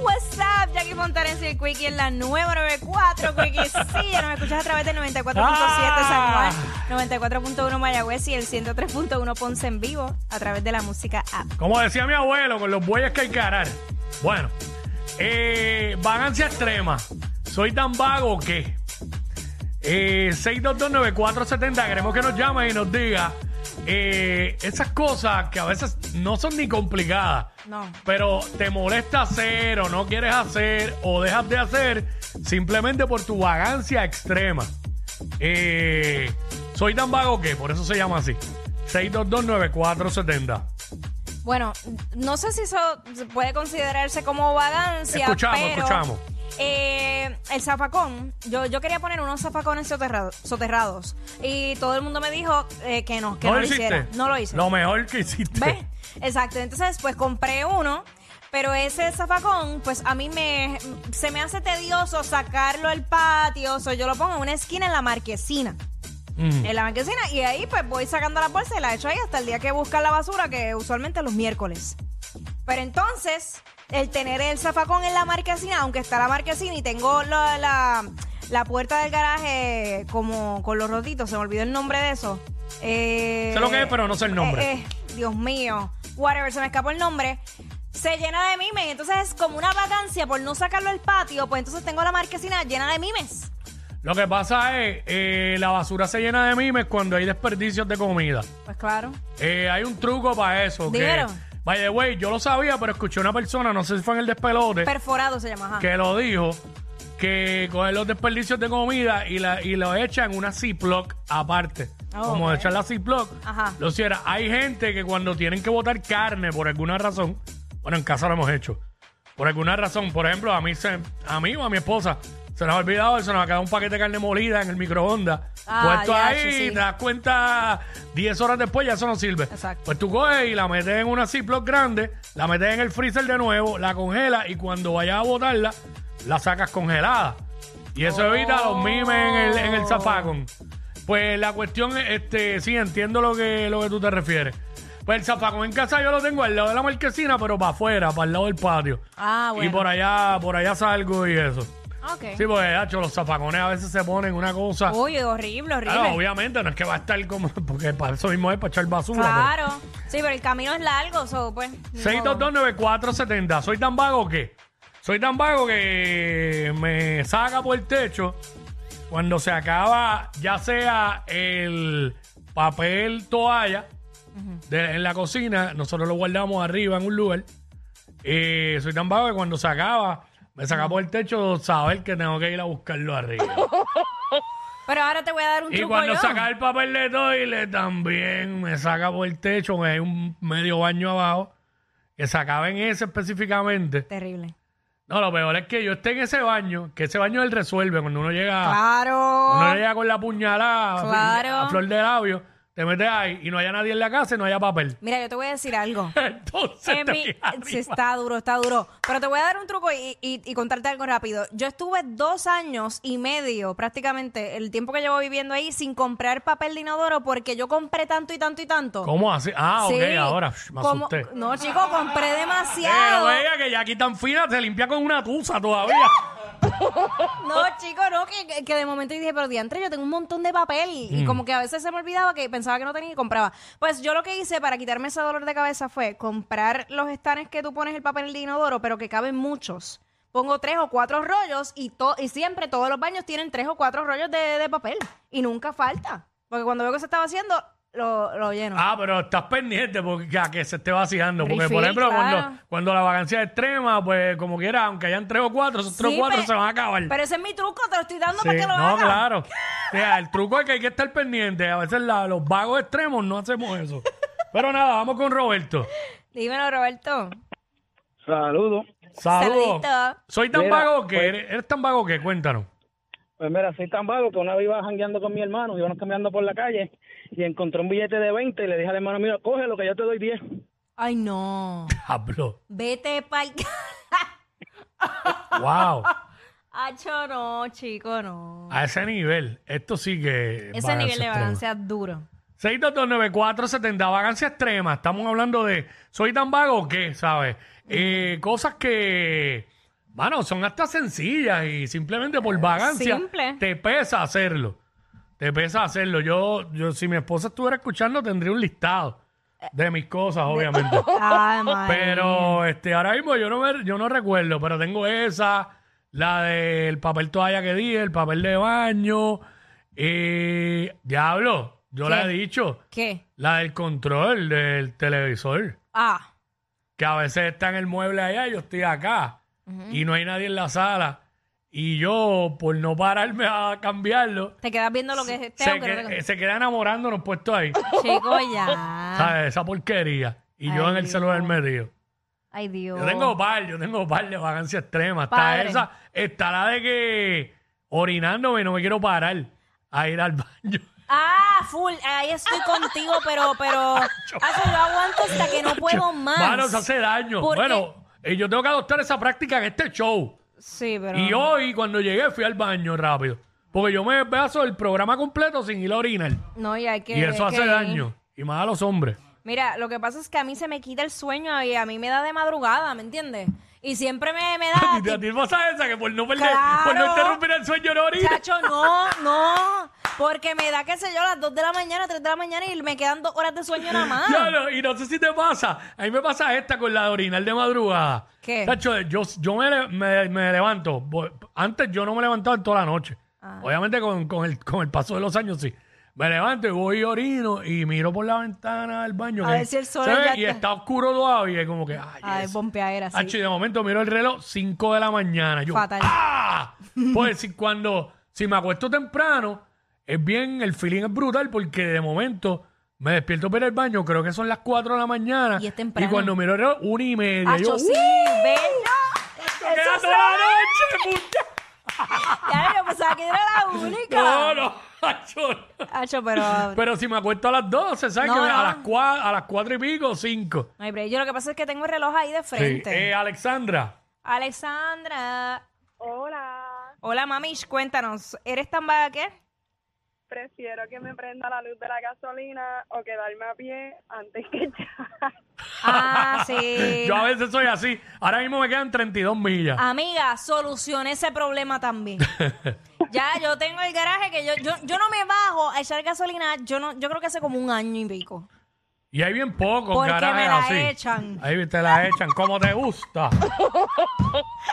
What's up, Jackie Fontanes y el Quickie en la nueva 94, Quickie. Sí, ya nos escuchas a través del 94.7 Ah. San Juan, 94.1 Mayagüez y el 103.1 Ponce en vivo a través de la música app. Como decía mi abuelo, con los bueyes que hay que arar. Bueno, eh, vagancia extrema. Soy tan vago que. Eh, 6229470, queremos que nos llame y nos diga eh, esas cosas que a veces no son ni complicadas. No. Pero te molesta hacer o no quieres hacer o dejas de hacer simplemente por tu vagancia extrema. Eh, soy tan vago que, por eso se llama así. 6229470. Bueno, no sé si eso puede considerarse como vagancia, Escuchamos, pero, escuchamos. eh, el zapacón, yo, yo quería poner unos zapacones soterra- soterrados y todo el mundo me dijo eh, que no, que no, ¿No lo lo hiciera. hiciste? No lo hice. Lo mejor que hiciste. ¿Ves? Exacto. Entonces, pues compré uno. Pero ese zafacón, pues a mí me se me hace tedioso sacarlo al patio. O sea, yo lo pongo en una esquina en la marquesina. Mm. En la marquesina. Y ahí pues voy sacando la bolsa y la echo ahí hasta el día que buscan la basura, que usualmente los miércoles. Pero entonces, el tener el zafacón en la marquesina, aunque está la marquesina y tengo la, la- la puerta del garaje como con los rotitos, se me olvidó el nombre de eso. Eh, Sé lo que es, pero no sé el nombre. eh, eh, Dios mío, whatever, se me escapó el nombre. Se llena de mimes, entonces es como una vacancia por no sacarlo al patio, pues entonces tengo la marquesina llena de mimes. Lo que pasa es, eh, la basura se llena de mimes cuando hay desperdicios de comida. Pues claro. Eh, hay un truco para eso. Dímelo. Que, by the way, yo lo sabía, pero escuché una persona, no sé si fue en el despelote, Perforado se llama, ajá. que lo dijo, que coge los desperdicios de comida y, la, y lo echa en una Ziploc aparte. Oh, Como ok. echar la Ziploc, Ajá. lo cierra. Hay gente que cuando tienen que botar carne por alguna razón, bueno, en casa lo hemos hecho, por alguna razón, por ejemplo, a mí, se, a mí o a mi esposa, se nos ha olvidado, se nos ha quedado un paquete de carne molida en el microondas. Ah, puesto ya, ahí, sí, sí. te das cuenta 10 horas después, ya eso no sirve. Exacto. Pues tú coges y la metes en una Ziploc grande, la metes en el freezer de nuevo, la congelas y cuando vayas a botarla, la sacas congelada. Y eso evita los mimes en el, en Oh. el zafacón. Pues la cuestión es, este, sí, entiendo lo que, lo que tú te refieres. Pues el zafacón en casa yo lo tengo al lado de la marquesina, pero para afuera, para el lado del patio. Ah, bueno. Y por allá, por allá salgo y eso. Ok. Sí, porque, hacho, los zafacones a veces se ponen una cosa... Uy, horrible, horrible. Claro, obviamente, Ah, no es que va a estar como. Porque para eso mismo es para echar basura. Claro. Sí, pero el camino es largo, so, pues. pero- ni modo. 6229470. Soy tan vago que. Soy tan vago que me saca por el techo cuando se acaba, ya sea el papel toalla de- en la cocina, nosotros lo guardamos arriba en un lugar. Eh, soy tan vago que cuando se acaba, me saca por el techo saber que tengo que ir a buscarlo arriba. Pero ahora te voy a dar un Y truco cuando yo. saca el papel de toile también me saca por el techo, que hay un medio baño abajo, que se acaba en ese específicamente. Terrible. No, lo peor es que yo esté en ese baño, que ese baño él resuelve cuando uno llega, Ah. uno Claro. llega con la puñalada a- Claro. a flor de labio, te metes ahí y no haya nadie en la casa y no haya papel. Mira, yo te voy a decir algo. Entonces, En te mi- quedas sí, arriba. está duro, está duro. Pero te voy a dar un truco y, y- y contarte algo rápido. Yo estuve dos años y medio, prácticamente, el tiempo que llevo viviendo ahí, sin comprar papel de inodoro porque yo compré tanto y tanto y tanto. ¿Cómo así? Ah, ok, Sí. ahora psh, me Como- asusté. Eh, No, chico, compré Pero demasiado. vea que ya aquí tan fina se limpia con una tusa todavía. Oh. No, chico, no, que- que, que de momento yo dije, pero diantre, yo tengo un montón de papel. Mm. Y como que a veces se me olvidaba que pensaba que no tenía y compraba. Pues yo lo que hice para quitarme ese dolor de cabeza fue comprar los estanes que tú pones el papel de inodoro, pero que caben muchos. Pongo tres o cuatro rollos y, to- y siempre todos los baños tienen tres o cuatro rollos de, de papel. Y nunca falta. Porque cuando veo que se estaba haciendo, lo, lo lleno. Ah, pero estás pendiente porque a que se esté vaciando. Porque, por Refill, ejemplo, claro. cuando, cuando la vacancia es extrema, pues como quiera, aunque hayan tres o cuatro, esos tres Sí, o cuatro pe- se van a acabar. Pero ese es mi truco, te lo estoy dando Sí, para que lo no, hagas. claro. O sea, el truco es que hay que estar pendiente. A veces la- los vagos extremos no hacemos eso. pero nada, vamos con Roberto. Dímelo, Roberto. Saludos. Saludos. Saludito. Soy tan Mira, vago que pues- eres, eres tan vago que cuéntanos. Pues mira, soy tan vago que una vez iba jangueando con mi hermano, íbamos caminando por la calle y encontré un billete de 20 y le dije al hermano mío, cógelo que yo te doy 10. Ay, no. Hablo. Vete pa'l... Wow. Acho, no, chico, no. A ese nivel. Esto sí que. es Ese nivel de extrema. vagancia es duro. 6229470, vagancia extrema. Estamos hablando de soy tan vago que, ¿sabes? Eh, cosas que, bueno, son hasta sencillas y simplemente por vagancia simple. te pesa hacerlo. Te pesa hacerlo. Yo, yo, si mi esposa estuviera escuchando, tendría un listado de mis cosas, obviamente. Ay, madre. Pero este, ahora mismo yo no me- yo no recuerdo, pero tengo esa, la del papel toalla que dije, el papel de baño, y diablo, yo la ¿Qué? he dicho, ¿Qué? la del control del televisor, Ah, que a veces está en el mueble allá y yo estoy acá, y no hay nadie en la sala, y yo por no pararme a cambiarlo, te quedas viendo lo que es este se, aunque no que- te- se queda enamorándonos puesto ahí, Chico, ya. ¿sabes? Esa porquería, y yo Ah. Ay, en el Dios. celular medio. Ay, Dios. Yo tengo par, yo tengo par de vagancia extrema. Está Padre. esa, está la de que orinándome no me quiero parar a ir al baño. Ah, full. Ahí estoy contigo, pero, pero. Hacho, yo aguanto hasta que no puedo más. Mano, se hace daño. Porque- Bueno, eh, yo tengo que adoptar esa práctica en este show. Sí, pero. Y hoy, cuando llegué, fui al baño rápido. Porque yo me paso el programa completo sin ir a orinar. No, y hay que. y eso hay hace que- daño. Y más a los hombres. Mira, lo que pasa es que a mí se me quita el sueño y a mí me da de madrugada, ¿me entiendes? Y siempre me, me da. Y te- a ti te pasa esa que por no perder, Ah, Claro. por no interrumpir el sueño no orina. Chacho, no, no. Porque me da, qué sé yo, las 2 de la mañana, 3 de la mañana y me quedan dos horas de sueño nada más. Ya, no, y no sé si te pasa. A mí me pasa esta con la de orinar de madrugada. ¿Qué? Tacho, yo, yo me, le- me- me levanto. Voy- Antes yo no me levantaba en toda la noche. Ah. Obviamente con, con el, con el paso de los años sí. Me levanto y voy y orino y miro por la ventana del baño. A que ver si el sol se ve ya y está- está oscuro todavía. Y como que, ay, Ay, yes. bombeadera, sí. Tacho, y de momento miro el reloj, 5 de la mañana. Yo, Fatal. ¡ah! Pues si cuando, si me acuesto temprano, es bien, el feeling es brutal porque de momento me despierto para ir al baño, creo que son las 4 de la mañana. Y es temprano. cuando miro el reloj, 1 y media. yo, Acho, sí, ¡uh! bello. ¡Queda toda la noche, puta! Ya, yo pensaba que yo era la única. No, no, Acho. Acho, pero. Pero si me acuesto a las 12, ¿sabes? No, que no. A, las 4, a las 4 y pico, 5. Ay, pero yo lo que pasa es que tengo el reloj ahí de Sí. frente. Eh, Alexandra. Alexandra. Hola, Hola, mamish, cuéntanos. ¿Eres tan vaga qué? prefiero que me prenda la luz de la gasolina o quedarme a pie antes que ya. Ah, sí. Yo a veces soy así. Ahora mismo me quedan 32 millas. Amiga, solucioné ese problema también. ya, yo tengo el garaje que yo, yo, yo no me bajo a echar gasolina. Yo no, yo creo que hace como un año y pico. Y hay bien pocos Porque garajes me la así. echan. Ahí te la echan, como te gusta.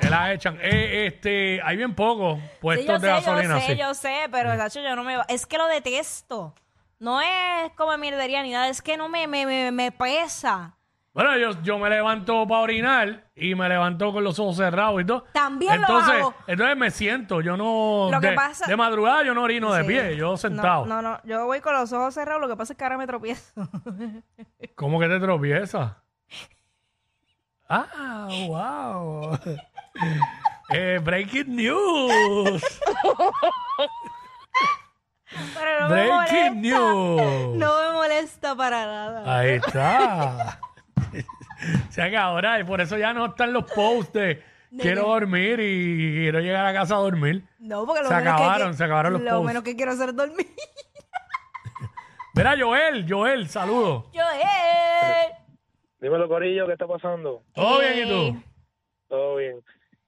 te la echan. Eh, este, hay bien pocos Sí, puestos yo de sé, gasolina Mm. yo sé, así. yo sé, pero tacho, yo no me bajo. Es que lo detesto. No es como mierdería ni nada, es que no me, me, me, me pesa. Bueno, yo, yo me levanto para orinar y me levanto con los ojos cerrados y todo. También lo entonces, hago. Entonces me siento, yo no... Lo que de, pasa- de madrugada yo no orino de Sí. pie, yo No, sentado. No, no, yo voy con los ojos cerrados, lo que pasa es que ahora me tropiezo. ¿Cómo que te tropiezas? Ah, wow. eh, breaking news. Pero no me molesta. breaking news. Ah, No me molesta para nada. Ahí está. o sea que ahora, y por eso ya no están los posts de quiero dormir y quiero llegar a casa a dormir. No, porque lo Se menos que- acabaron, que- se acabaron los Lo posts. menos que quiero hacer es dormir. Mira, Joel, Joel, saludo. Yo, eh. Dímelo, Corillo, ¿qué está pasando? ¿Todo Ey. bien y tú? Todo bien.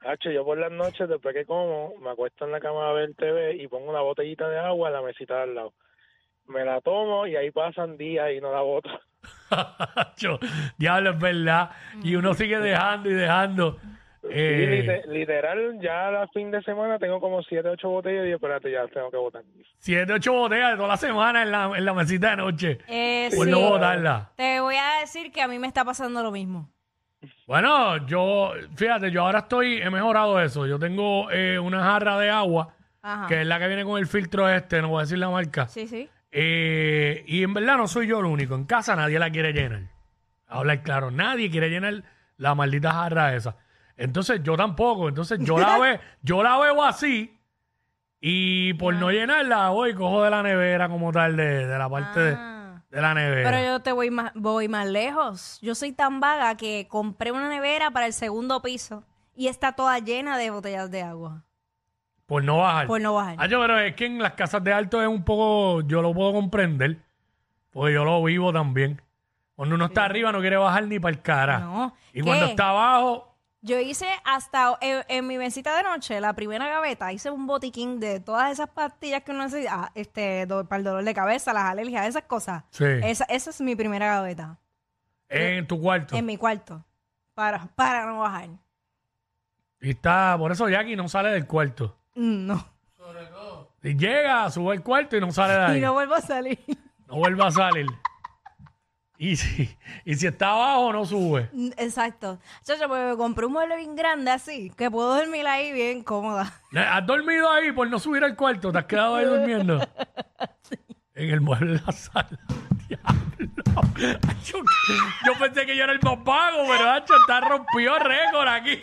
Hacho, yo por las noches, después que como, me acuesto en la cama a ver TV y pongo una botellita de agua en la mesita de al lado. Me la tomo y ahí pasan días y no la boto. Yo, Diablo, es verdad. Y uno sigue dejando y dejando. Y Eh, lite- literal, ya a fin de semana tengo como siete, ocho botellas y digo, espérate, ya tengo que botar. siete, ocho botellas de toda la semana en la, en la mesita de noche. Eh, Por sí. no botarla. Te voy a decir que a mí me está pasando lo mismo. Bueno, yo, fíjate, yo ahora estoy, he mejorado eso. Yo tengo eh, una jarra de agua, Ajá. que es la que viene con el filtro este, no voy a decir la marca. Sí, sí. Eh, y en verdad no soy yo el único. En casa nadie la quiere llenar. A Hablar claro, nadie quiere llenar la maldita jarra esa. Entonces yo tampoco. Entonces yo la, ve, yo la veo así y por Ah. no llenarla voy y cojo de la nevera como tal, de, de la parte de- Ah. de, la nevera. Pero yo te voy más, voy más lejos. Yo soy tan vaga que compré una nevera para el segundo piso y está toda llena de botellas de agua. Por no bajar. Por no bajar. Ah, yo, pero es que en las casas de alto es un poco, yo lo puedo comprender, porque yo lo vivo también. Cuando uno está arriba no quiere bajar ni para el cara. No, Y cuando ¿qué? está abajo, Yo hice hasta en, en mi mesita de noche, la primera gaveta, hice un botiquín de todas esas pastillas que uno necesita, ah, este, do- para el dolor de cabeza, las alergias, esas cosas. Sí. Esa, esa es mi primera gaveta, en tu cuarto. en mi cuarto, para, para no bajar. Y está, por eso Jackie no sale del cuarto. Mm, No, Y llega, sube al cuarto y no sale de ahí. y no vuelvo a salir. No vuelva a salir. Y si, y si está abajo, no sube. Mm, Exacto. Yo, yo me compré un mueble bien grande así, que puedo dormir ahí bien cómoda. ¿Has dormido ahí por no subir al cuarto? ¿Te has quedado ahí durmiendo? En el mueble de la sala. Diablo. Yo, yo pensé que yo era el más vago, pero Hacho está rompió récord aquí.